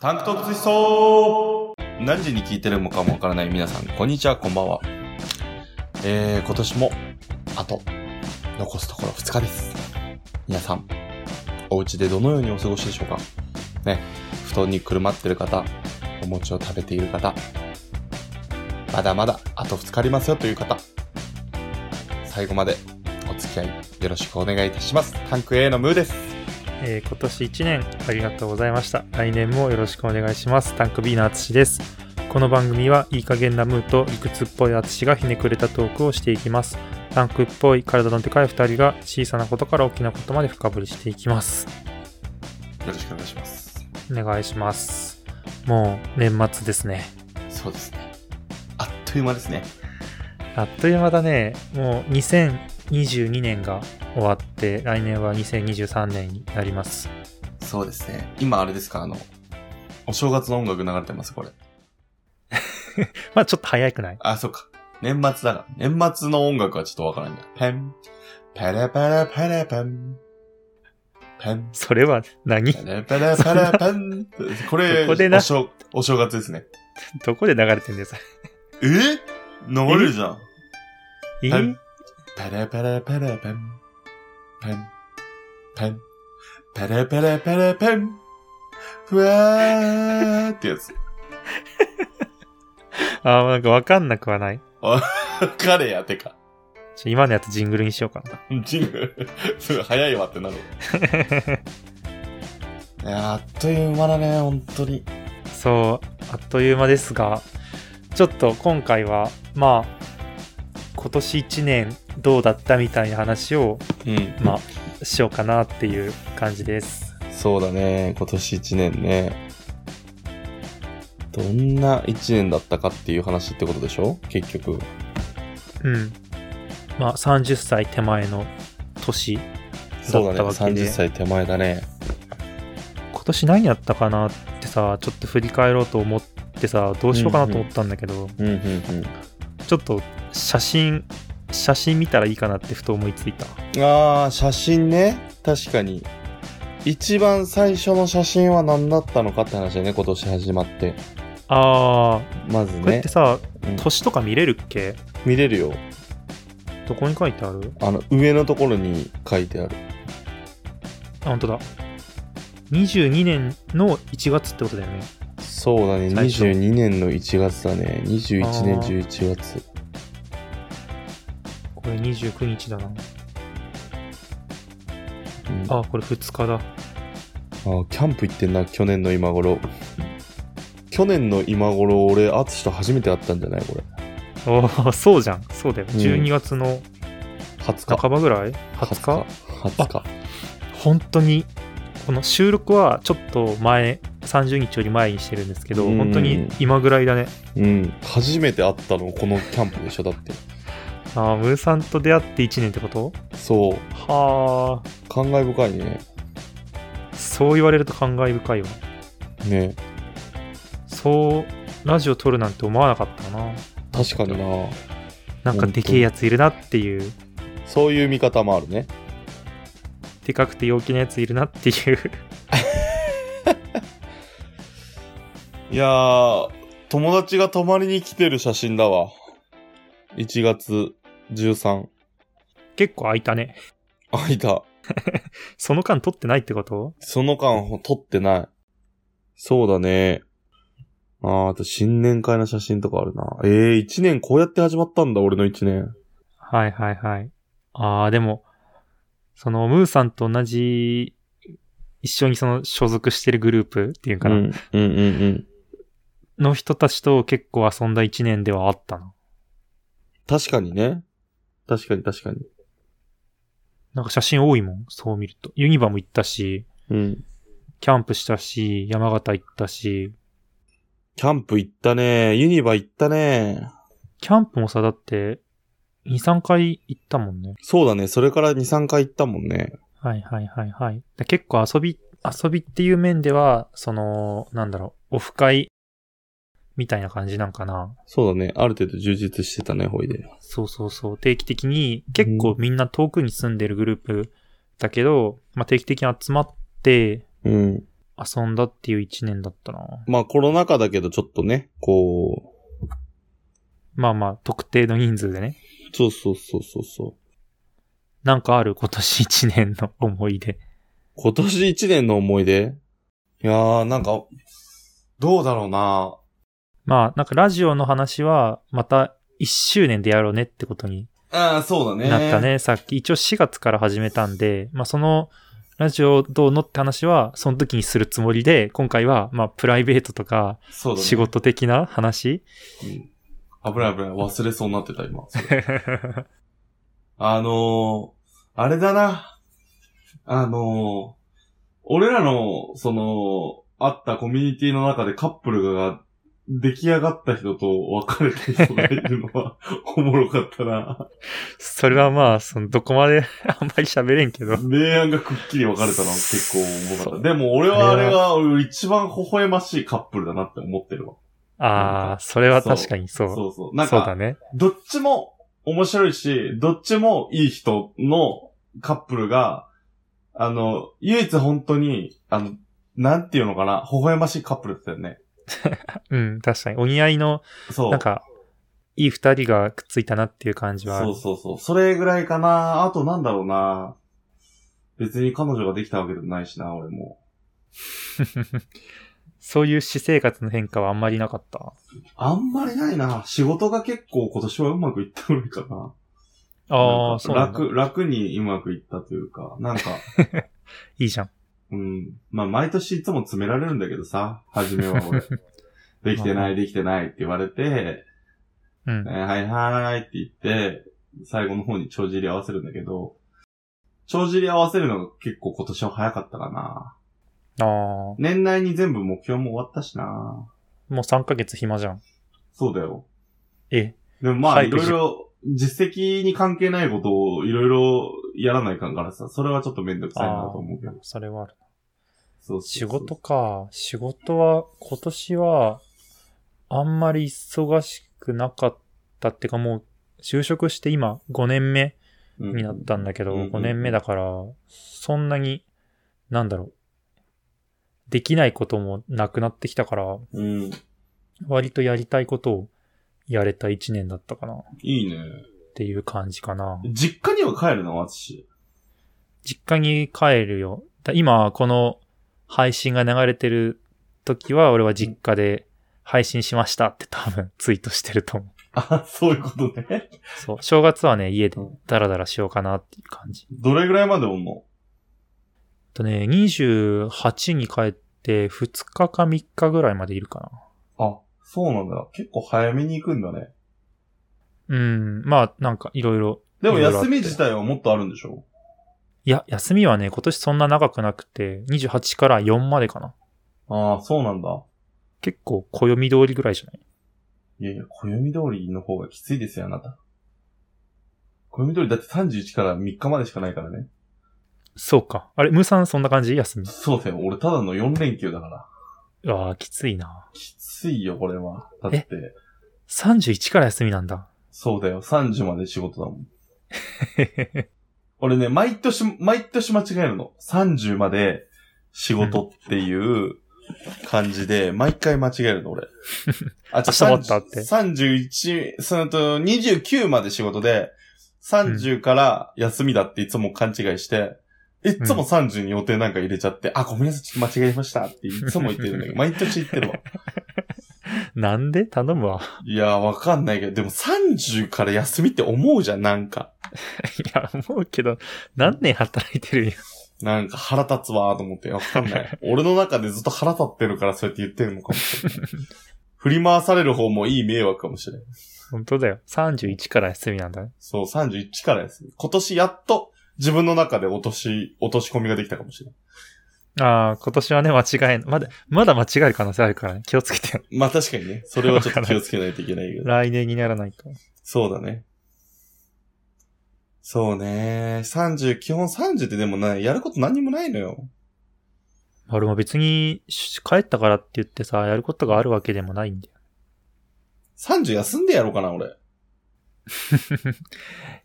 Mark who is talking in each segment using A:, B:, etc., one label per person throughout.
A: タンクトップス思想何時に聞いてるのかもわからない皆さん、こんにちは、こんばんは。えー、今年も、あと、残すところ2日です。皆さん、お家でどのようにお過ごしでしょうかね、布団にくるまってる方、お餅を食べている方、まだまだあと2日ありますよという方、最後までお付き合いよろしくお願いいたします。タンク A のムーです。
B: えー今年1年ありがとうございました。来年もよろしくお願いします。タンク B のあつしです。この番組はいい加減なムーと理屈っぽいあつしがひねくれたトークをしていきます。タンクっぽい体のでかい2人が小さなことから大きなことまで深掘りしていきます。
A: よろしくお願いします。
B: お願いします。もう年末ですね。
A: そうですね。あっという間ですね。
B: あっという間だね。もう2022年が終わって、来年は2023年になります。
A: そうですね。今あれですか、あの、お正月の音楽流れてます、これ。
B: まあちょっと早くない
A: あ、そっか。年末だから。年末の音楽はちょっとわからんだ。ペン。ペレペレペレペン。ペン。
B: それは何
A: ペレペレペレペン。これ、
B: そこでな
A: お正お正月ですね。
B: どこで流れてんです
A: え流れるじゃん。
B: え
A: ペン。ペレペレペレペン。ペン。ペン。ペレペレペレペン。ふわーってやつ。
B: あー、なんかわかんなくはない。
A: 彼やてか。
B: ちょ今のやつジングルにしようかな。
A: ジングル、 すぐ早いわってなる。いやあっという間だね、本当に。
B: そう、あっという間ですが、ちょっと今回は、まあ、今年1年どうだったみたいな話を、
A: うん
B: まあ、しようかなっていう感じです。
A: そうだね、今年一年ね。どんな一年だったかっていう話ってことでしょ結局。
B: うん。まあ、30歳手前の年。
A: そうだ
B: だ
A: ね、
B: ったわけで
A: 30歳手前だね。
B: 今年何やったかなってさ、ちょっと振り返ろうと思ってさ、どうしようかなと思ったんだけど、
A: うんうんうん。
B: ちょっと写真、写真見たらいいかなってふと思いついた。
A: あー、写真ね。確かに。一番最初の写真は何だったのかって話だよね、今年始まって。
B: あー、
A: まず
B: これっ
A: ね
B: て。さ、
A: うん
B: 年とか見れるっけ
A: 見れるよ。
B: どこに書いてある
A: あの、上のところに書いてある。
B: あ、本当だ。22年の1月ってことだよね。
A: そうだね、
B: 最初
A: 22年の1月だね。21年
B: あー
A: 11月。
B: これ29日だな。
A: うんあ
B: あ、これ2日だ。
A: ーキャンプ行ってんな、去年の今頃。去年の今頃、俺、アツシと初めて会ったんじゃないこれ。
B: ああ、そうじゃん。そうだよ。
A: うん
B: 12月の
A: 20日。
B: 半ばぐらい ?20 日
A: ?20 日。
B: 本当に、この収録はちょっと前、30日より前にしてるんですけど、
A: うん
B: 本当に今ぐらいだね。
A: うん。初めて会ったの、このキャンプでしょ、だって。
B: ああ、ムーさんと出会って1年ってこと
A: そう。
B: は
A: 感慨深いね。
B: あ、そう言われると感慨深いわ。
A: ね。
B: そう、ラジオ撮るなんて思わなかったな。
A: 確かにな。
B: なんかでけえやついるなっていう。
A: そういう見方もあるね。
B: でかくて陽気なやついるなって いう
A: いやー、友達が泊まりに来てる写真だわ。1月13。
B: 結構空いたね
A: あ、いた。
B: その間撮ってないってこと
A: その間、撮ってない。そうだね。あー、あと新年会の写真とかあるな。ええー、一年こうやって始まったんだ、俺の一年。
B: はいはいはいあーでもそのムーさんと同じ一緒にその所属してるグループっていう
A: う
B: か
A: ん、
B: な、
A: うん、うん、うん。
B: の人たちと結構遊んだ一年ではあったな
A: 確かにね。確かに、確かに。
B: なんか写真多いもんそう見るとユニバも行ったし
A: うん。
B: キャンプしたし山形行ったし
A: キャンプ行ったね。ユニバ行ったね。
B: キャンプもさだって23回行ったもんね
A: そうだね。それから2、3回行ったもんね。
B: はいはいはいはい。で結構遊び、遊びっていう面では、その、なんだろう、オフ会みたいな感じなんかな。
A: そうだね。ある程度充実してたね、ほいで。
B: そうそうそう。定期的に、結構みんな遠くに住んでるグループだけど、まあ、定期的に集まって、
A: うん。
B: 遊んだっていう一年だったな。
A: まあコロナ禍だけどちょっとね、こ
B: まあまあ、特定の人数でね。
A: う、そうそうそうそうそう。
B: なんかある今年 一年の思い出。
A: 今年一年の思い出いやー、なんか、どうだろうな
B: まあ、なんかラジオの話は、また1周年でやろうねってことに
A: ああ、そうだね。
B: なったね。さっき、一応4月から始めたんで、まあその、ラジオどうのって話は、その時にするつもりで、今回は、まあプライベートとか、
A: そうだね。
B: 仕。事的な話、
A: 危ない危ない。忘れそうになってた、今。 それあのー、あれだな。あのー、俺らの、その、あったコミュニティの中でカップルが出来上がった人と別れた人がいるのは おもろかったな。
B: それはまあ、その、どこまで、 あんまり喋れんけど。
A: 明暗がくっきり分かれたのは結構おもろかった。でも俺はあれが俺一番微笑ましいカップルだなって思ってるわ。
B: ああ、それは確かにそう。そう
A: そうそう。なん
B: だ
A: か、
B: ね。
A: どっちも面白いし、どっちもいい人のカップルが、あの、唯一本当に、あの、なんていうのかな、微笑ましいカップルだったよね。
B: うん、確かに。お似合いの、
A: そう。
B: なんか、いい二人がくっついたなっていう感じはあ
A: そ
B: る
A: う。そうそう。それぐらいかな。あとなんだろうな。別に彼女ができたわけでもないしな、俺も。
B: そういう私生活の変化はあんまりなかった。
A: あんまりないな。仕事が結構今年はうまくいったぐらいかな。な
B: あ
A: ん
B: あ、
A: か
B: そうなんだ。
A: 楽、楽にうまくいったというか、なんか、
B: いいじゃん。
A: うん。まあ、毎年いつも詰められるんだけどさ、初めは俺。 できてない、できてないって言われて、
B: うん
A: え。ーはいはーいって言って、最後の方に帳尻合わせるんだけど、帳尻合わせるのが結構今年は早かったかな。
B: ああ、も
A: 年内に全部目標も終わったしな。
B: う3ヶ月暇じゃん。
A: そうだよ。
B: え、
A: でもまあ、
B: はい
A: いろいろ、実績に関係ないことをいろいろやらないかんからさ、それはちょっとめんどくさいなと思うけど。
B: それはある。
A: そうそうそう
B: 仕事か。仕事は、今年は、あんまり忙しくなかったってかもう、就職して今5年目
A: うん
B: になったんだけど、
A: うんうんうん
B: 5年目だから、そんなに、なんだろう。できないこともなくなってきたから、
A: うん。い
B: 割とやりたいことをやれた1年だったかなっ
A: いね。
B: ていう感じかな。
A: 実家には帰るの私。
B: 実家に帰るよ。だ今、この配信が流れてる時は、俺は実家で配信しましたって多分 ツイートしてると思う。
A: あ、そういうことね。
B: そう。正月はね、家で
A: うん
B: ダラダラしようかなっていう感じ。
A: どれぐらいまでおんの
B: とね、28に帰って2日か3日ぐらいまでいるか
A: あ、そうなんだ。結構早めに行くんだね。
B: な。うん。まあ、なんかいろいろ。
A: でも
B: いろいろあっ
A: 休
B: て
A: み自体はもっとあるんでしょ
B: いや、休みはね、今年そんな長くなくて、28から4までかな。
A: ああ、そうなんだ。
B: 結構暦通りぐらいじゃない
A: いやいや、暦通りの方がきついですよ、あなた。暦通りだって31から3日までしかないからね。
B: そうか。あれ、ムーさんそんな感じ休み。
A: そうだよ、俺ただの4連休だから。
B: うわーきついな。
A: きついよ、これは。だって、
B: 31から休みなんだ。
A: そうだよ、30まで仕事だもん。俺ね、毎年、毎年間違えるの。30まで仕事っていう感じで、毎回間違えるの、俺。あ、
B: 明日終わったって
A: 31、そのと、29まで仕事で、30から休みだっていつも勘違いして、いつも30に予定なんか入れちゃって、あ、ごめんなさい、ちょっと間違えましたっていつも言ってるんだけど、毎年言ってるわ。
B: なんで頼むわ。
A: いや、わかんないけど、でも30から休みって思うじゃん、なんか。
B: いや、思うけど、何年働いてるんや。
A: なんか腹立つわーと思って、わかんない。 俺の中でずっと腹立ってるからそうやって言ってるのかもしれない。振り回される方もいい迷惑かもしれない。
B: 本当だよ。31から休みなんだね。
A: そう、31からですね。今年やっと自分の中で落とし、落とし込みができたかもしれない。
B: ああ、今年はね、間違えん、まだ、まだ間違える可能性あるからね。気をつけてよ。
A: まあ確かにね、それはちょっと気をつけないといけないけど。
B: 来年にならないか。
A: そうだね。そうね30、基本30ってでもない、やること何にもないのよ。
B: まあ俺も別に、し帰ったからって言ってさ、やることがあるわけでもないんだよ。
A: 30休んでやろうかな、俺。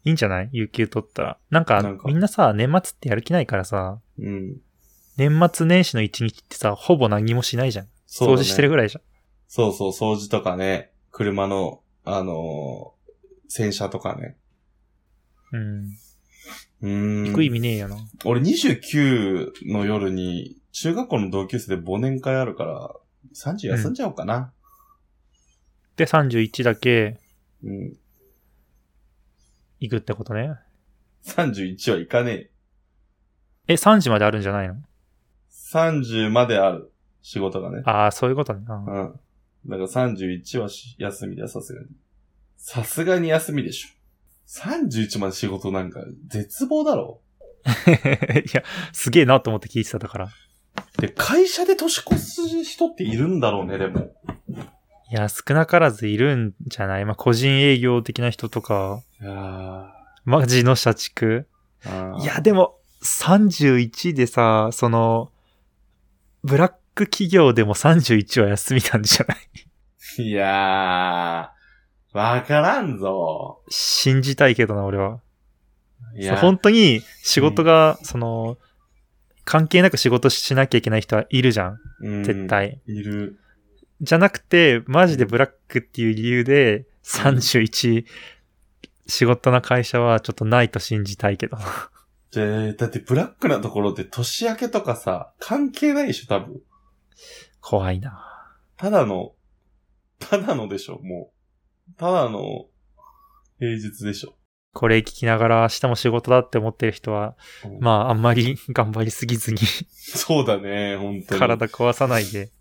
B: いいんじゃない有給取ったら。なんか、
A: なんか
B: みんなさ、年末ってやる気ないからさ、
A: うん。
B: 年末年始の一日ってさ、ほぼ何もしないじゃん。
A: そうだ
B: 掃
A: ね
B: 除してるぐらいじゃん。
A: そうそう、掃除とかね、車の、あのー洗車とかね。
B: うん。
A: うーん。
B: 行く意味ねえよな。
A: 俺29の夜に、中学校の同級生で忘年会あるから、30休んじゃおうかな。
B: で、31だけ
A: うん。
B: 行くってことね。
A: 31はいかねえ。
B: え、3時まであるんじゃないの
A: 30まである。仕事がね。
B: ああ、そういうことね。うん
A: うん。だから31はし休みだよ、さすがに。さすがに休みでしょ。31まで仕事なんか、絶望だろ。
B: いや、すげえなと思って聞いてただから。
A: で、会社で年越す人っているんだろうね、でも。
B: いや、少なからずいるんじゃないまあ、個人営業的な人とか、
A: いやー
B: マジの社畜。
A: あー
B: いや、でも、31でさ、その、ブラック企業でも31は休みなんじゃない
A: いやー、わからんぞ。
B: 信じたいけどな、俺は。
A: い
B: そう
A: や、
B: 本当に仕事が、その、関係なく仕事しなきゃいけない人はいるじゃん、
A: うん
B: 絶。対。
A: いる。
B: じゃなくて、マジでブラックっていう理由で、31、仕事な会社はちょっとないと信じたいけど。
A: で、だってブラックなところって年明けとかさ、関係ないでしょ、多分。
B: 怖いな。
A: ただの、ただのでしょ、もう。ただの、平日でしょ。
B: これ聞きながら明日も仕事だって思ってる人は、
A: うん
B: まああんまり 頑張りすぎずに
A: そうだね、本当に。
B: 体壊さないで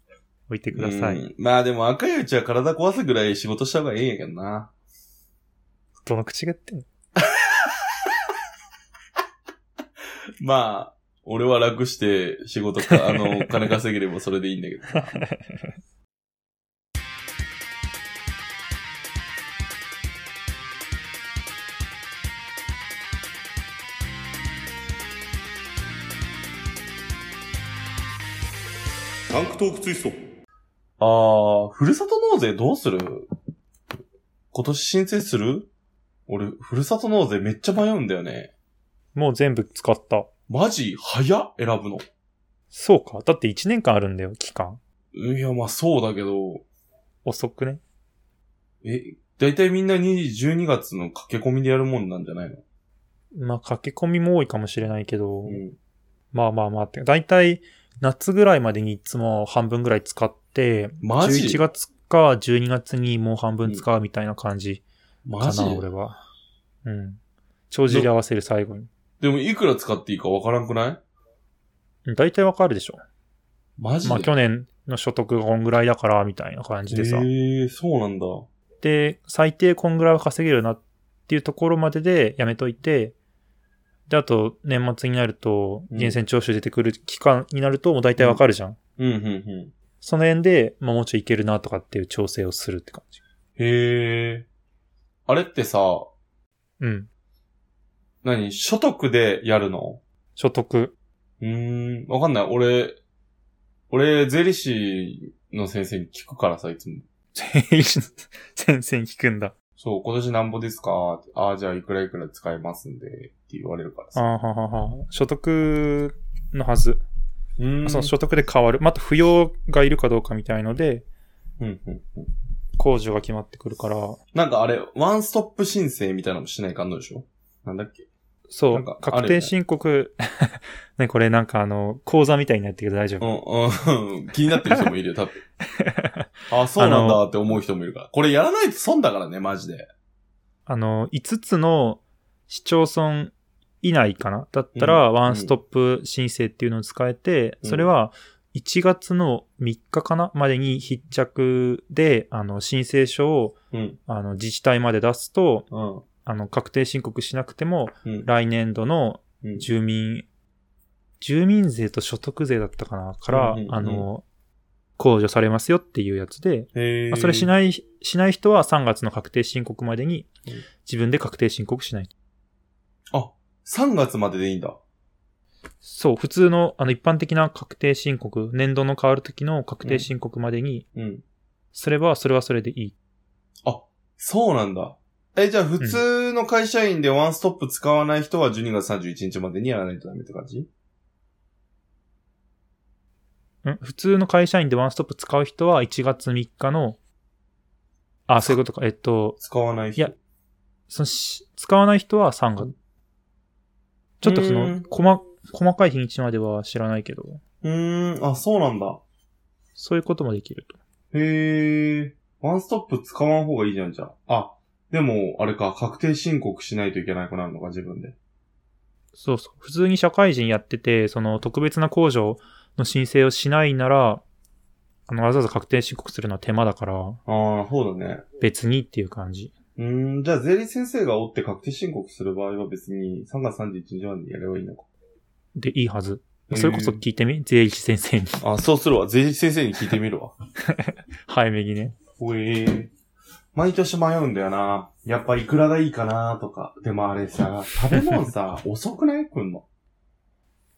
B: おいてください。
A: うんまあでも赤いうちは体壊すぐらい仕事した方がいいんやけどな。
B: どの口が言ってんの
A: まあ、俺は楽して仕事か、あの、お金稼げればそれでいいんだけどな。
C: タンクトークツイスト。
A: ああ、ふるさと納税どうする今年申請する俺、ふるさと納税めっちゃ迷うんだよね。
B: もう全部使った。
A: マジ早っ選ぶの。
B: そうか。だって1年間あるんだよ、期間。
A: いや、まあそうだけど、
B: 遅くね。
A: え、だいたいみんなに12月の駆け込みでやるもんなんじゃないの
B: まあ、駆け込みも多いかもしれないけど、
A: うん。
B: まあまあまあって。だいたい夏ぐらいまでにいつも半分ぐらい使って、
A: マジ
B: 11月か12月にもう半分使うみたいな感じ
A: マ
B: か
A: ジ
B: な、俺は。うん。帳尻合わせる最後に。
A: でもいくら使っていいかわからんくない
B: だいたいわかるでしょ。
A: マジで
B: まあ去年の所得がこんぐらいだから、みたいな感じでさ。
A: ええそうなんだ。
B: で、最低こんぐらいは稼げるなっていうところまででやめといて、で、あと、年末になると、
A: うん
B: 源泉徴収出てくる期間になると、もう大体わかるじゃん。
A: うん、うん、う
B: その辺で、まあもうちょいいけるなとかっていう調整をするって感じ。
A: ん。へえ。あれってさ、
B: うん。
A: 何所得でやるの
B: 所得。
A: うーん、わかんない。俺、俺、税理士の先生に聞くからさ、いつも。
B: 先生に聞くんだ。
A: そう、今年なんぼですかああ、じゃあいくらいくら使えますんで、って言われるから
B: あー
A: さ。
B: はははは。所得のはず。
A: うーん。
B: その所得で変わる。また扶養がいるかどうかみたいので、
A: うん、うん。
B: 控除が決まってくるから、
A: なんかあれ、ワンストップ申請みたいなのもしないかんのでしょなんだっけ
B: そ
A: なん
B: う
A: か、あ
B: 確
A: るよね
B: 定申告、 ね、これなんかあの、口座みたいになってるけど大丈
A: う
B: 夫。
A: ん、うん、 気になってる人もいるよ、 多分。あ、そうなんだって思う人もいるから。これやらないと損だからね、マジで。
B: あの、5つの市町村以内かなだったら、
A: うん
B: ワンストップ申請っていうのを使えて、
A: うん
B: それは1月の3日かなまでに必着で、あの、申請書を、
A: うん、
B: あの、自治体まで出すと、
A: うん、
B: あの、確定申告しなくても、
A: うん。
B: 来年度の
A: うん
B: 住民、住民税と所得税だったかなから、
A: うんうんうん
B: あの、控除されますよっていうやつで、
A: へ
B: まあそれし
A: い。
B: ない、しない人は3月の確定申告までに
A: うん
B: 自分で確定申告しない。
A: あ、3月まででいいんだ。
B: そう、普通の、あの、一般的な確定申告、年度の変わる時の確定申告までに
A: うん。
B: すれば、それはそれでいい。
A: そうなんだ。え、じゃあ普通の会社員でワンストップ使わない人は12月31日までにやらないとダメって感じ
B: ん普通の会社員でワンストップ使う人は1月3日の、あ、そういうことか。えっと、
A: 使わない人。
B: いやそのし使わない人は3月。ちょっとそうの
A: ん、
B: 細、細かい日にちまでは知らないけど、
A: うーん、あ、そうなんだ。
B: そういうこともできると。
A: へえ。ワンストップ使わん方がいいじゃん、じゃあ。あ、でも、あれか、確定申告しないといけなくなるのか、自分で。
B: そうそう。普通に社会人やってて、その特別な控除の申請をしないなら、あの、わざわざ確定申告するのは手間だから、
A: ああ、そうだね。
B: 別にっていう感じ。
A: うーん、じゃあ、税理士先生がおって確定申告する場合は別に3月31日までにやればいいのか。
B: で、いいはず。それこそ聞いてみ税理士先生に。
A: あ、そうするわ。税理士先生に聞いてみる わ。
B: 早めにね。
A: ほえー。毎年迷うんだよな。やっぱいくらがいいかなとか。でもあれさ、食べ物 さ、遅くないくんの。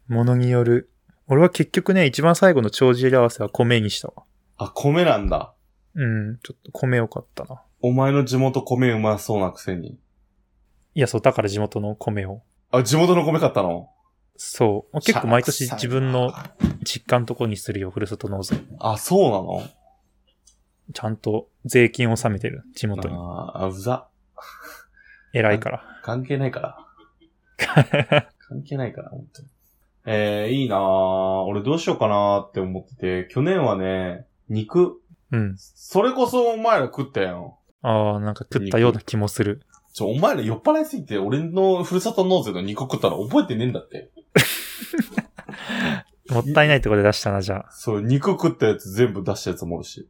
B: ものによる。俺は結局ね、一番最後の帳尻合わせは米にしたわ。
A: あ、米なんだ。
B: うん、ちょっと米よかったな。
A: お前の地元米うまそうなくせに。
B: いや、そう、だから地元の米を。
A: あ、地元の米買ったの
B: そう。結構毎年
A: シャークさ
B: 自
A: ん
B: 分の実家のとこにするよ、ふるさと納税。
A: あ、そうなの
B: ちゃんと税金を納めてる、地元に。
A: あーあ、うざ。
B: 偉いから。
A: 関係ない から。関係ないから、本当に。えー、いいなー俺どうしようかなーって思ってて、去年はね、肉。
B: うん。
A: それこそお前ら食ったやん。
B: ああ、なんか食ったような気もする。
A: ちょ、お前ら酔っ払いすぎて、俺のふるさと納税の肉食ったら覚えてねえんだって。
B: もったいないところで出したな、じゃあ。
A: そう、肉食ったやつ全部出したやつもおるし。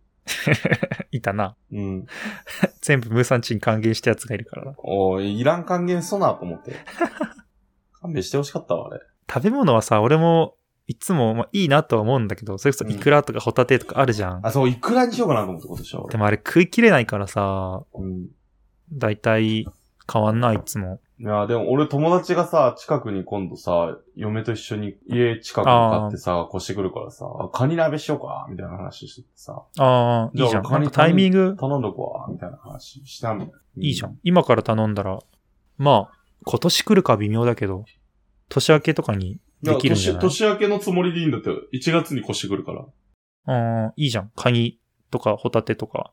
B: いたな。
A: うん。
B: 全部ムーさんちに還元したやつがいるからな。
A: おい、いらん還元しそうなと思 って。勘弁してほしかったわ、あれ。
B: 食べ物はさ、俺も、いつも、まあ、いいなとは思うんだけど、それこそイクラとかホタテとかあるじゃん。
A: あ、そう、いくらにしようかなと思ってことでしょ、
B: で
A: 俺。
B: もあれ食い切れないからさ、
A: うん。い
B: だいたい変わんない、いつも。
A: や、でも俺友達がさ、近くに今度さ、嫁と一緒に家近くに買ってさ、越してくるからさ、あカニ鍋しようか、みたいな話しててさ、
B: ああ、いいじゃん。
A: じゃあ
B: なんかタイミング、
A: 頼んどくわ、みたいな話したの。
B: いいじゃん。今から頼んだら、まあ、今年来るかは微妙だけど、年明けとかに
A: いや
B: できるんじゃない
A: 年年明けのつもりでいいんだって、1月に越してくるから。
B: うん、いいじゃん。カニとかホタテとか、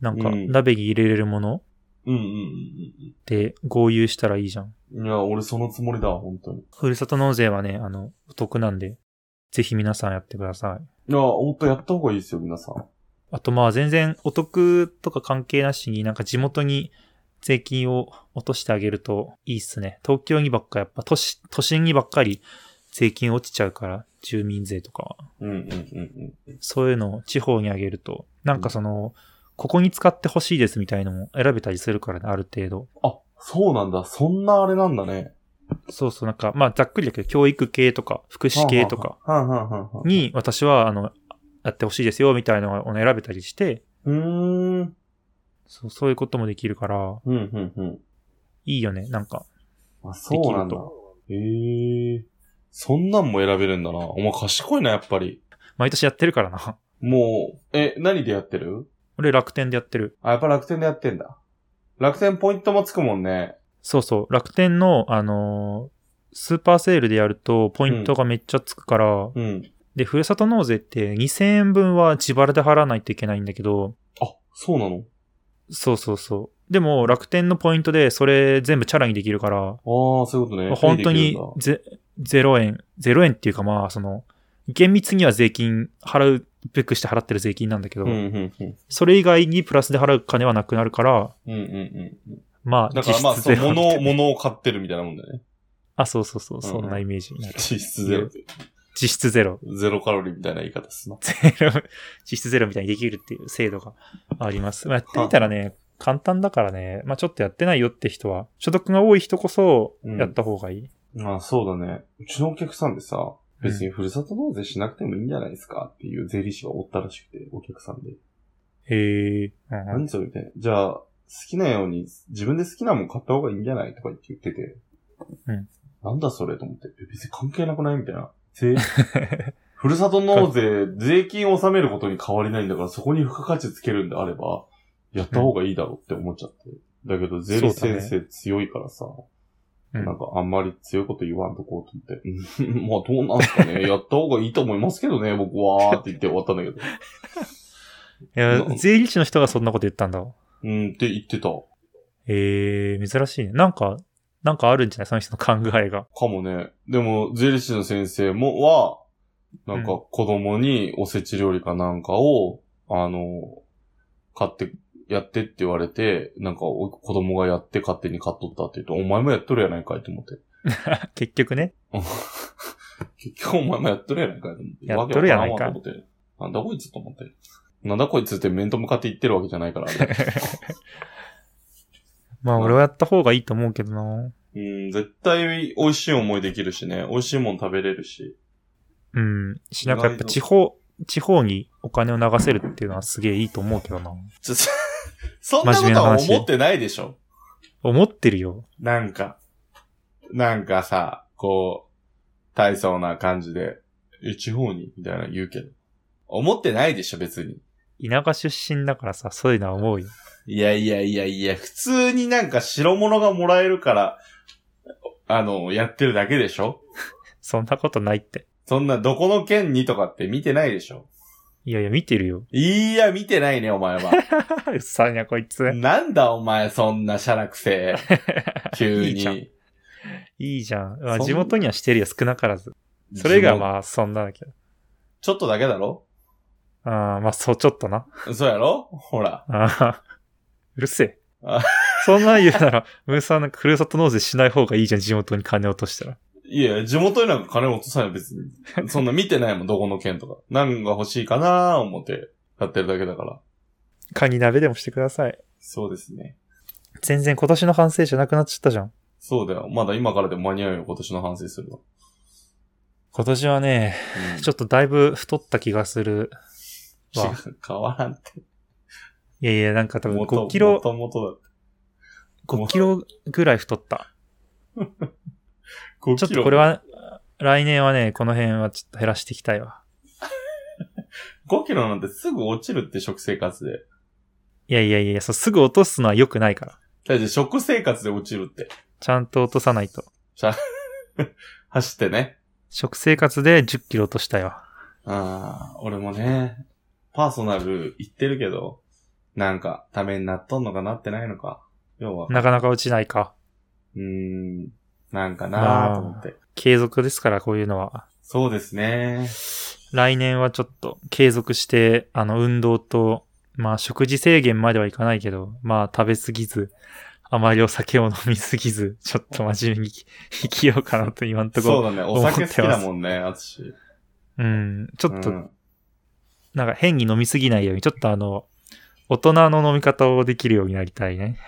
B: なんか
A: うん
B: 鍋に入れれるもの
A: うんうん
B: で合流したらいいじゃん。
A: うんうん。いや、俺そのつもりだわ、本当に。
B: ふるさと納税はね、あの、お得なんで、ぜひ皆さんやってください。
A: いや、ほんとやった方がいいですよ、皆さん。
B: あとまあ全然お得とか関係なしになんか地元に税金を落としてあげるといいっすね。東京にばっかやっぱ都市、都心にばっかり税金落ちちゃうから、住民税とかは。
A: うんうんうん
B: そういうのを地方にあげると、なんかその、ここに使ってほしいですみたいのも選べたりするからね、ある程度。
A: うん。あ、そうなんだ。そんなあれなんだね。
B: そうそう、なんか、まあざっくりだけど、教育系とか、福祉系とか
A: はんはんはんはん。
B: に、私は、あの、やってほしいですよ、みたいなのを選べたりして、
A: うーん。うん
B: そう、そういうこともできるから、
A: うんうん。
B: いいよね、なんか。
A: あ、そうなんだ。へえ。そんなんも選べるんだな。お前賢いな、やっぱり。
B: 毎年やってるからな。
A: もう、え、何でやってる
B: 俺楽天でやってる。
A: あ、やっぱ楽天でやってんだ。楽天ポイントもつくもんね。
B: そうそう、楽天の、あのースーパーセールでやると、ポイントがめっちゃつくから、
A: うん。
B: で、ふるさと納税って2000円分は自腹で払わないといけないんだけど、
A: あ、そうなの
B: そうそうそう。でも、楽天のポイントでそれ全部チャラにできるから、
A: ああ、そういうことね。
B: 本当
A: いい
B: に
A: できるんだ
B: ゼ0円、0円っていうかまあ、その、厳密には税金、払うべくして払ってる税金なんだけど、
A: うんうんうん。
B: それ以外にプラスで払う金はなくなるから、
A: うんうんうん。
B: まあ、
A: だ
B: 実
A: からまあ、
B: 質
A: そ
B: ゼ
A: う、
B: ロ円
A: 物を、物を買ってるみたいなもんだよね。
B: あ、そうそうそう、
A: ん
B: そんなイメージになる。
A: 実質ゼロ。
B: 実質ゼロ。
A: ゼロカロリーみたいな言い方すな。
B: ゼロ、実質ゼロみたいにできるっていう制度があります。まあ、やってみたらね、簡単だからね、まあちょっとやってないよって人は、所得が多い人こそ、やった方がいい。
A: まあ、そうだね。うちのお客さんでさ、別にふるさと納税しなくてもいいんじゃないですかっていう税理士がおったらしくて、お客さんで。
B: へえ、うんうん
A: 何それみたいな。じゃあ、好きなように、自分で好きなもん買った方がいいんじゃないとか言って言ってて。
B: うん。
A: なんだそれと思って。え別に関係なくないみたいな。 税ふるさと納税、税金を納めることに変わりないんだから、そこに付加価値つけるんであれば、やった方がいいだろうって思っちゃって。だけど、税理士
B: そうだね
A: 先生強いからさ、
B: うん
A: なんかあんまり強いこと言わんとこうと思って。ま あどうなんすかね。やった方がいいと思いますけどね、僕は。って言って終わったんだけど。
B: いや
A: う、ん
B: 税理士の人がそんなこと言ったんだ。
A: うんって言ってた。か
B: ええ珍しいね。なんか、なんかあるんじゃないその人の考えが。
A: もね。でも、税理士の先生も、は、なんか子供におせち料理かなんかを、あの、買って、やってって言われて、なんかお子供がやって勝手に買っとったって言うと、お前もやっとるやないかいと思って。
B: 結局ね。
A: 結局お前もやっとるやないかいと思って。
B: やっとるやないかい
A: わけわからんわと思って。なんだこいつと思って。なんだこいつって面と向かって言ってるわけじゃないから。 あれ
B: まあ、俺はやった方がいいと思うけどな。
A: うん、絶対美味しい思いできるしね。美味しいもん食べれるし。
B: うん。し、なんかやっぱ地方、地方にお金を流せるっていうのはすげえいいと思うけどな。
A: ちょそんなことは思ってないでしょ。
B: 思ってるよ。
A: なんか、なんかさ、こう、大層な感じで、え、地方にみたいな言うけど。思ってないでしょ、別に。
B: 田舎出身だからさ、そういうのは思うよ。
A: いやいやいやいや、普通になんか白物がもらえるから、あの、やってるだけでしょ
B: そんなことないって。
A: そんな、どこの県にとかって見てないでしょ
B: いやいや、見てるよ。
A: いや、見てないね、お前は。
B: うっさいな、こいつ。
A: なんだ、お前、そんなシャラくせえ。 急に。
B: いいじゃんいいじゃん。まあ
A: そん
B: 地元にはしてるよ、少なからず。それがまあ、そんなだけど。
A: ちょっとだけだろ
B: あーまあ、そう、ちょっとな。
A: そうやろほら。
B: ああ、うるせえ
A: あ。
B: そんなん言うなら、ムーさんなんかふるさと納税しない方がいいじゃん、地元に金落としたら。
A: いや、地元になんか金落とさない別 に。そんな見てないもん、どこの県とか。何が欲しいかなー思ってやってるだけだから。
B: カニ鍋でもしてください。
A: そうですね。
B: 全然今年の反省じゃなくなっちゃったじゃん。
A: そうだよ。まだ今からでも間に合うよ、今年の反省するの。
B: 今年はね、
A: うん
B: ちょっとだいぶ太った気がする。 とは
A: 違う変わらんって。
B: いやいや、なんか多分
A: 元
B: 5キロ
A: も、ともと
B: 5キロぐらい太った。
A: だ。5
B: ちょ
A: キ
B: っと
A: ロ。
B: これは、来年はね、この辺はちょっと減らしていきたいわ。
A: 5キロなんてすぐ落ちるって、食生活で。
B: いやいやいや、そう、すぐ落とすのは良くないから。
A: だって食生活で落ちるって。
B: ちゃんと落とさないと。
A: 走ってね。
B: 食生活で10キロ落としたいわ。
A: ああ、俺もね、パーソナル言ってるけど、なんか、ためになっとんのかなってないのか。要は、
B: なかなか落ちないか。
A: うーん、なんかなーと思って。
B: 継続ですから、こういうのは。
A: そうですね。
B: 来年はちょっと継続して、あの、運動と、まあ、食事制限まではいかないけど、まあ、食べ過ぎず、あまりお酒を飲み過ぎず、ちょっと真面目に生きようかなと今んと
A: そう
B: こ
A: だね。お酒好きだもんね、あつし。
B: ろ。うん。ちょっと
A: う、ん
B: なんか変に飲み過ぎないように、ちょっとあの、大人の飲み方をできるようになりたいね。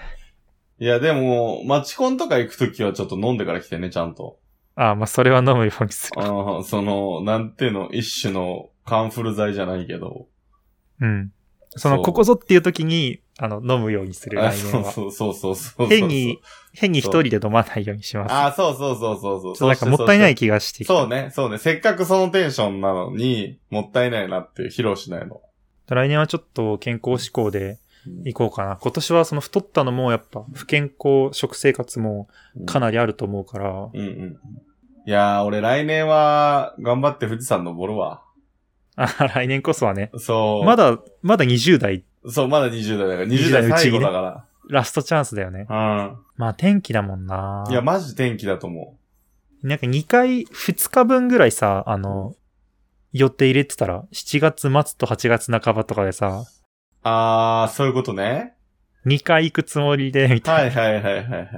A: いや、でも、マチコンとか行くときはちょっと飲んでから来てね、ちゃんと。
B: ああ、まあ、それは飲むようにす る。
A: ああ、その、なんていうの、一種のカンフル剤じゃないけど。
B: うん。そ
A: そ
B: の、
A: う
B: ここぞっていう時に、あの、飲むようにする、
A: あ
B: 来
A: そ
B: 年
A: う
B: は。
A: そうそうそうそうそう。
B: 変に。、変に一人で飲まないようにします。
A: ああ、そうそうそうそうそう。
B: ちょっとなんかもったいない
A: そ
B: 気がし
A: う
B: てきた
A: そうね、そうね。せっかくそのテンションなのに、もったいないなって披露しないの。
B: 来年はちょっと健康志向で行こうかな。今年はその太ったのもやっぱ不健康食生活もかなりあると思うから、
A: うんうん。いやー、俺来年は、頑張って富士山登るわ。
B: あ来年こそはね、
A: そう。
B: まだ、まだ20代
A: そう、まだ20代だから。20
B: 20
A: 代
B: 代
A: 最後
B: うちに
A: だ
B: ね
A: か
B: ラストチャンスだよね。
A: ら。
B: まあ天気だもんな
A: うん。いや、マジ天気だと思
B: なんか2回、2日分ぐらいさ、あの、予定入れてたら、7月末と8月半ばとかで
A: う。
B: さ、
A: あー、そういうことね。
B: 2回行くつもりで、みたいな。
A: はいはいはいはいはい。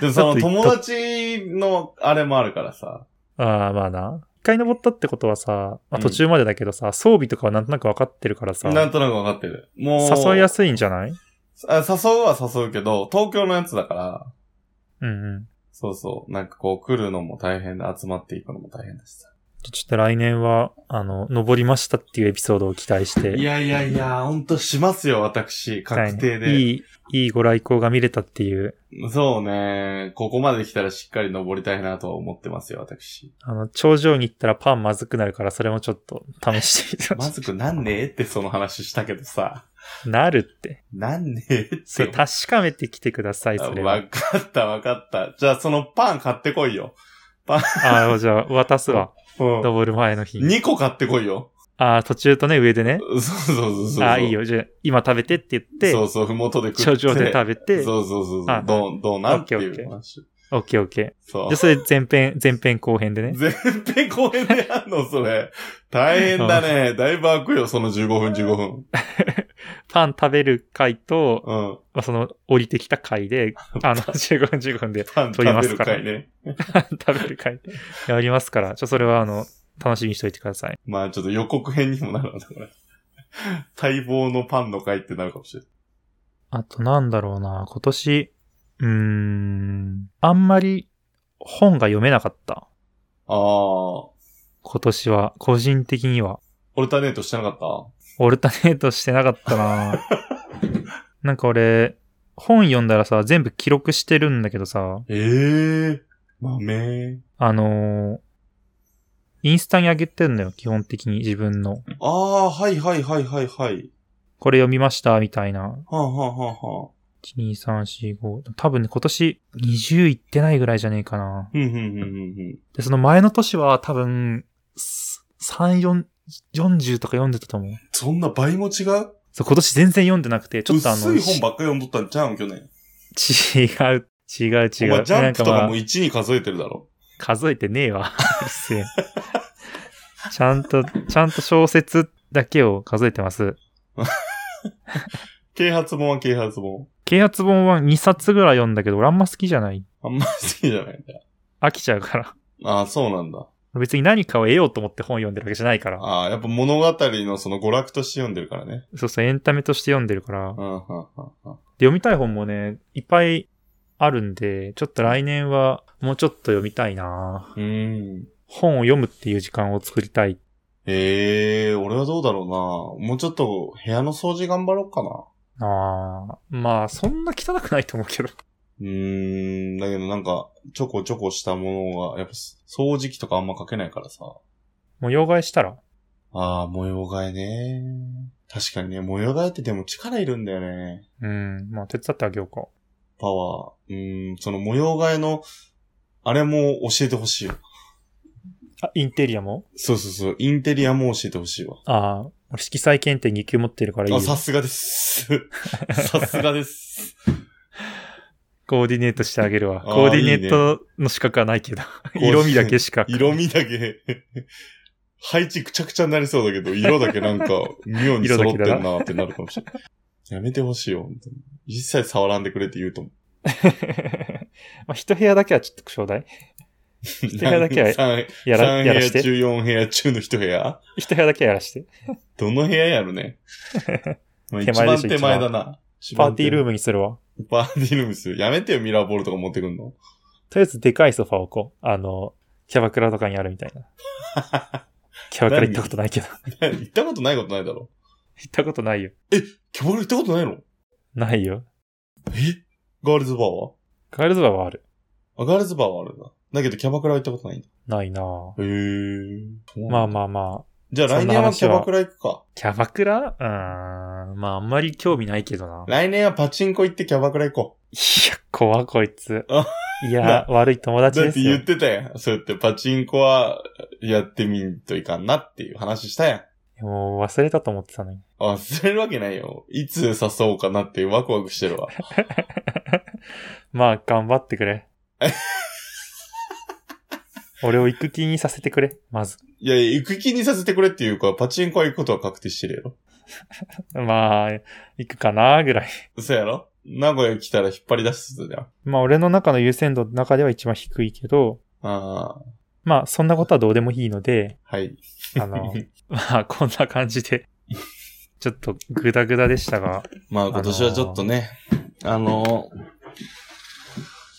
A: でもその
B: ちょっと
A: 友達のあれもあるからさ。
B: ああ、まあな。1回登ったってことはさ、ま
A: う
B: あ
A: ん
B: 途中までだけどさ、装備とかはなんとなく分かってるからさ、
A: なんとなくわかってる。もう。
B: 誘いやすいんじゃない
A: あ誘うは誘うけど、東京のやつだから。
B: うんうん。
A: そうそう。なんかこう来るのも大変で集まっていくのも大変でした。
B: ちょっと来年は、あの、登りましたっていうエピソードを期待して。
A: いやいやいや、ほんとしますよ、私。確定
B: はい
A: で。
B: いい、いいご来光が見れたっていう、
A: そうね。ここまで来たらしっかり登りたいなとは思ってますよ、私。
B: あの、頂上に行ったらパンまずくなるから、それもちょっと試してみてほし
A: まずくなんねえってその話したけどさ。
B: い。なるって。
A: なんねえっ
B: それ
A: て。
B: 確かめてきてください、それは。
A: わかったわかった。じゃあそのパン買ってこいよ。
B: ああ、じゃあ、渡すわ。
A: うん。
B: 登る前の日に。
A: 2個買ってこいよ。
B: ああ、途中とね、上でね。
A: そうそうそうそう。
B: ああ、いい。よ。じゃあ、今食べてって言って、
A: そうそう、ふもとで食って。
B: 頂上で食べて、
A: そうそうそうそ
B: あ
A: う。どう、どうなんって
B: オッ
A: い
B: ケー
A: う
B: オ
A: 話。
B: オッケーオッケ
A: そう
B: ー。じゃあ、。それ前編、前編後編でね。
A: 全編公演でやんの、それ。大変だ ね。だいぶ開くよ、その15分、15分。
B: パン食べる回と、
A: うん。
B: まあ、その、降りてきた回 で、あの、15分15分で
A: パン食
B: 取りま
A: べ
B: す
A: る
B: から
A: 回ね。
B: 食べる回やりますから、ちょ、それはあの、楽しみにしといてください。
A: まあちょっと予告編にもなるんだ、これ。待望のパンの回ってなるかもしれない。
B: あとなんだろうな、今年、うーん、あんまり本が読めなかった。
A: あー。
B: 今年は、個人的には。
A: オルタネートしてなかった
B: オルタネートしてなかった ななんか俺、本読んだらさ、全部記録してるんだけどさ、
A: ええー。豆。
B: あのーインスタに上げてんのよ、基本的に自分の。
A: あー、はいはいはいはいはい。
B: これ読みました、みたいな。
A: はあ、はあはあはあ、
B: 1,2,3,4,5多分ね、今年20いってないぐらいじゃねえかな。
A: ふんふんふんふんふん。
B: で、その前の年は多分、す3、4、40とか読んでたと思う。
A: そんな倍も違う
B: そう、今年全然読んでなくて、ちょっとあの、
A: 薄い本ばっかり読んどったんちゃうん、去年。
B: ち違う、違う、違う。
A: お前ジャンプと
B: なん
A: か
B: まあ
A: も1に数えてるだろ。
B: 数えてねえわ。うっせえちゃんと、ちゃんと小説だけを数えてます。
A: 啓発本は啓発本。
B: 啓発本は2冊ぐらい読んだけど、俺あんま好きじゃない。
A: あんま好きじゃないんだ。
B: 飽きちゃうから。
A: ああ、そうなんだ。
B: 別に何かを得ようと思って本読んでるわけじゃないから。
A: ああ、やっぱ物語のその娯楽として読んでるからね。
B: そうそう、エンタメとして読んでるから。
A: うん、うん、うんうん。
B: で読みたい本もね、いっぱいあるんで、ちょっと来年はもうちょっと読みたいな
A: うーん。
B: 本を読むっていう時間を作りたい。
A: ええ俺はどうだろうな。もうちょっと部屋の掃除頑張ろうかな。
B: あーまあ、そんな汚くないと思うけど。
A: うーん、だけどなんか、ちょこちょこしたものが、やっぱ掃除機とかあんまかけないからさ。
B: 模様替えしたら
A: ああ、模様替えね。確かにね、模様替えってでも力いるんだよね。
B: うん、まあ、手伝ってあげようか。
A: パワー。うーん、その模様替えの、あれも教えてほしいよ。
B: あ、インテリアも
A: そうそうそう、インテリアも教えてほしいわ。
B: ああ、俺色彩検定2級持ってるからいい
A: あ、
B: よ。
A: さすがです。 さすがです。
B: コーディネートしてあげるわ。
A: あー
B: コーディネートの資格はないけど。
A: いね
B: 色味だけしか。
A: 色味だけ、配置くちゃくちゃになりそうだけど、色だけなんか、妙に揃ってんなーってなるかもしれない。やめてほしいよ、本当に。一切触らんでくれって言うと思
B: まあ、一部屋だけはちょっとちょうだい。
A: う。
B: 部屋だけは
A: 3,
B: やら、や
A: 部
B: ら
A: 屋
B: して。
A: 中4部屋中の一部屋
B: 一部屋だけやらして。
A: どの部屋やる ね。まあ
B: 手
A: 一
B: 前で
A: 番
B: しょ
A: 手前だな。
B: パーティールー
A: ム。
B: ムにするわ。
A: パーティールームっすよ。やめてよ、ミラーボールとか持ってくんの。
B: とりあえずでかいソファー置こう。あの、キャバクラとかにあるみたいな。 キャバクラ行ったことないけど。行
A: 行ったことないことないだろ。
B: ったことないよ。
A: キャバクラ行ったことないの
B: ないよ。
A: えガールズバーは
B: ガールズバーはある。
A: あ、ガールズバーはあるんだ。だけどキャバクラは行ったことないんだ。
B: ないなぁ。
A: へえ。
B: まあまあまあ。
A: じゃあ来年はキャバクラ行くか。
B: キャバクラうーん。まああんまり興味ないけどな。
A: 来年はパチンコ行ってキャバクラ行こ
B: いや、怖こいつ
A: あ。
B: いや、悪い友
A: う。
B: 達
A: だ
B: で
A: って
B: す
A: 言っ
B: よ。
A: てたやん。そうやってパチンコはやってみんといかんなっていう話したやん。
B: もう忘れたと思ってたのに。
A: あ忘れるわけないよ。いつ誘おうかなってワクワクしてる わ。
B: まあ、頑張ってく れ。俺を行く気にさせてくれ、まず。
A: いや、行く気にさせてくれっていうか、パチンコは行くことは確定してるやろ。
B: まあ、行くかなぐらい。
A: そうやろ名古屋来たら引っ張り出すじゃん。
B: まあ、俺の中の優先度の中では一番低いけど、
A: ああ、
B: まあ、そんなことはどうでもいいので、
A: はい。
B: あの、 まあ、こんな感じで、ちょっとグダグダでしたが、
A: まあ今年はちょっとね、あのー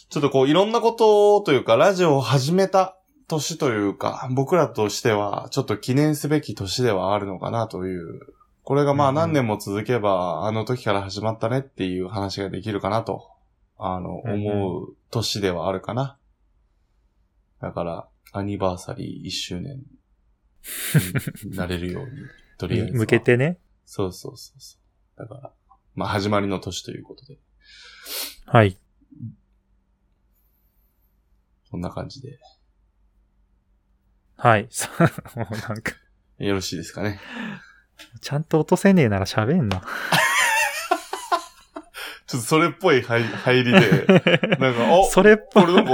A: ちょっとこういろんなことというか、ラジオを始めた年というか、僕らとしては、ちょっと記念すべき年ではあるのかなという。これがま
B: う
A: あ
B: んうん
A: 何年も続けば、あの時から始まったねっていう話ができるかなと、あの、
B: うんうん
A: 思う年ではあるかな。だから、アニバーサリー1周年になれるように、とりあえずは。
B: 向けてね。
A: そうそうそうそう。だから、まあ始まりの年ということで、
B: はい。
A: こんな感じで
B: はい。 さもうなんか、
A: よろしいですかね。
B: ちゃんと落とせねえなら喋んな。
A: ちょっとそれっぽい入入り で、 なんか、お
B: それっぽ
A: これなんか、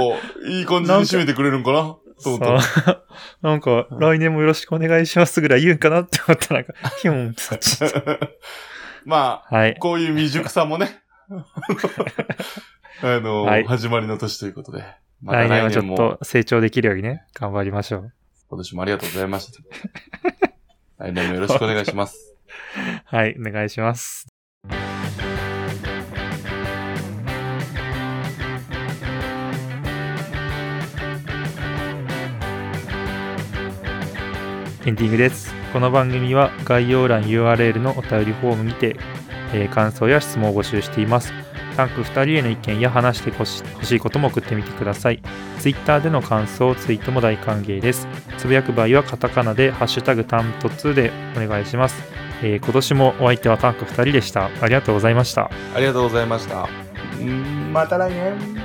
A: いい感じに締めてくれるんかなと思ったら。
B: そう なんか、来年もよろしくお願いしますぐらい言うんかなって思ったら、なんか、ヒュンってなっ ちゃった
A: ま
B: はい
A: あ、。こういう未熟さも ね、あの、
B: はい
A: 始まりの年ということで、また
B: 来年は
A: 来
B: ち
A: 年
B: ょっ
A: も、
B: と成長できるようにね、頑張りましょう。
A: 今年もありがとうございました。来年もよろしくお願いします。
B: はい、お願いします。エンディングです。この番組は概要欄 URL のお便りフォームにて、えー感想や質問を募集しています。タンク2人への意見や話してほし欲しいことも送ってみてください。Twitter での感想、ツイートも大歓迎です。つぶやく場合はカタカナで、ハッシュタグタント2でお願いします。えー今年もお相手はタンク2人でした。ありがとうございました。
A: ありがとうございました。んーまた来年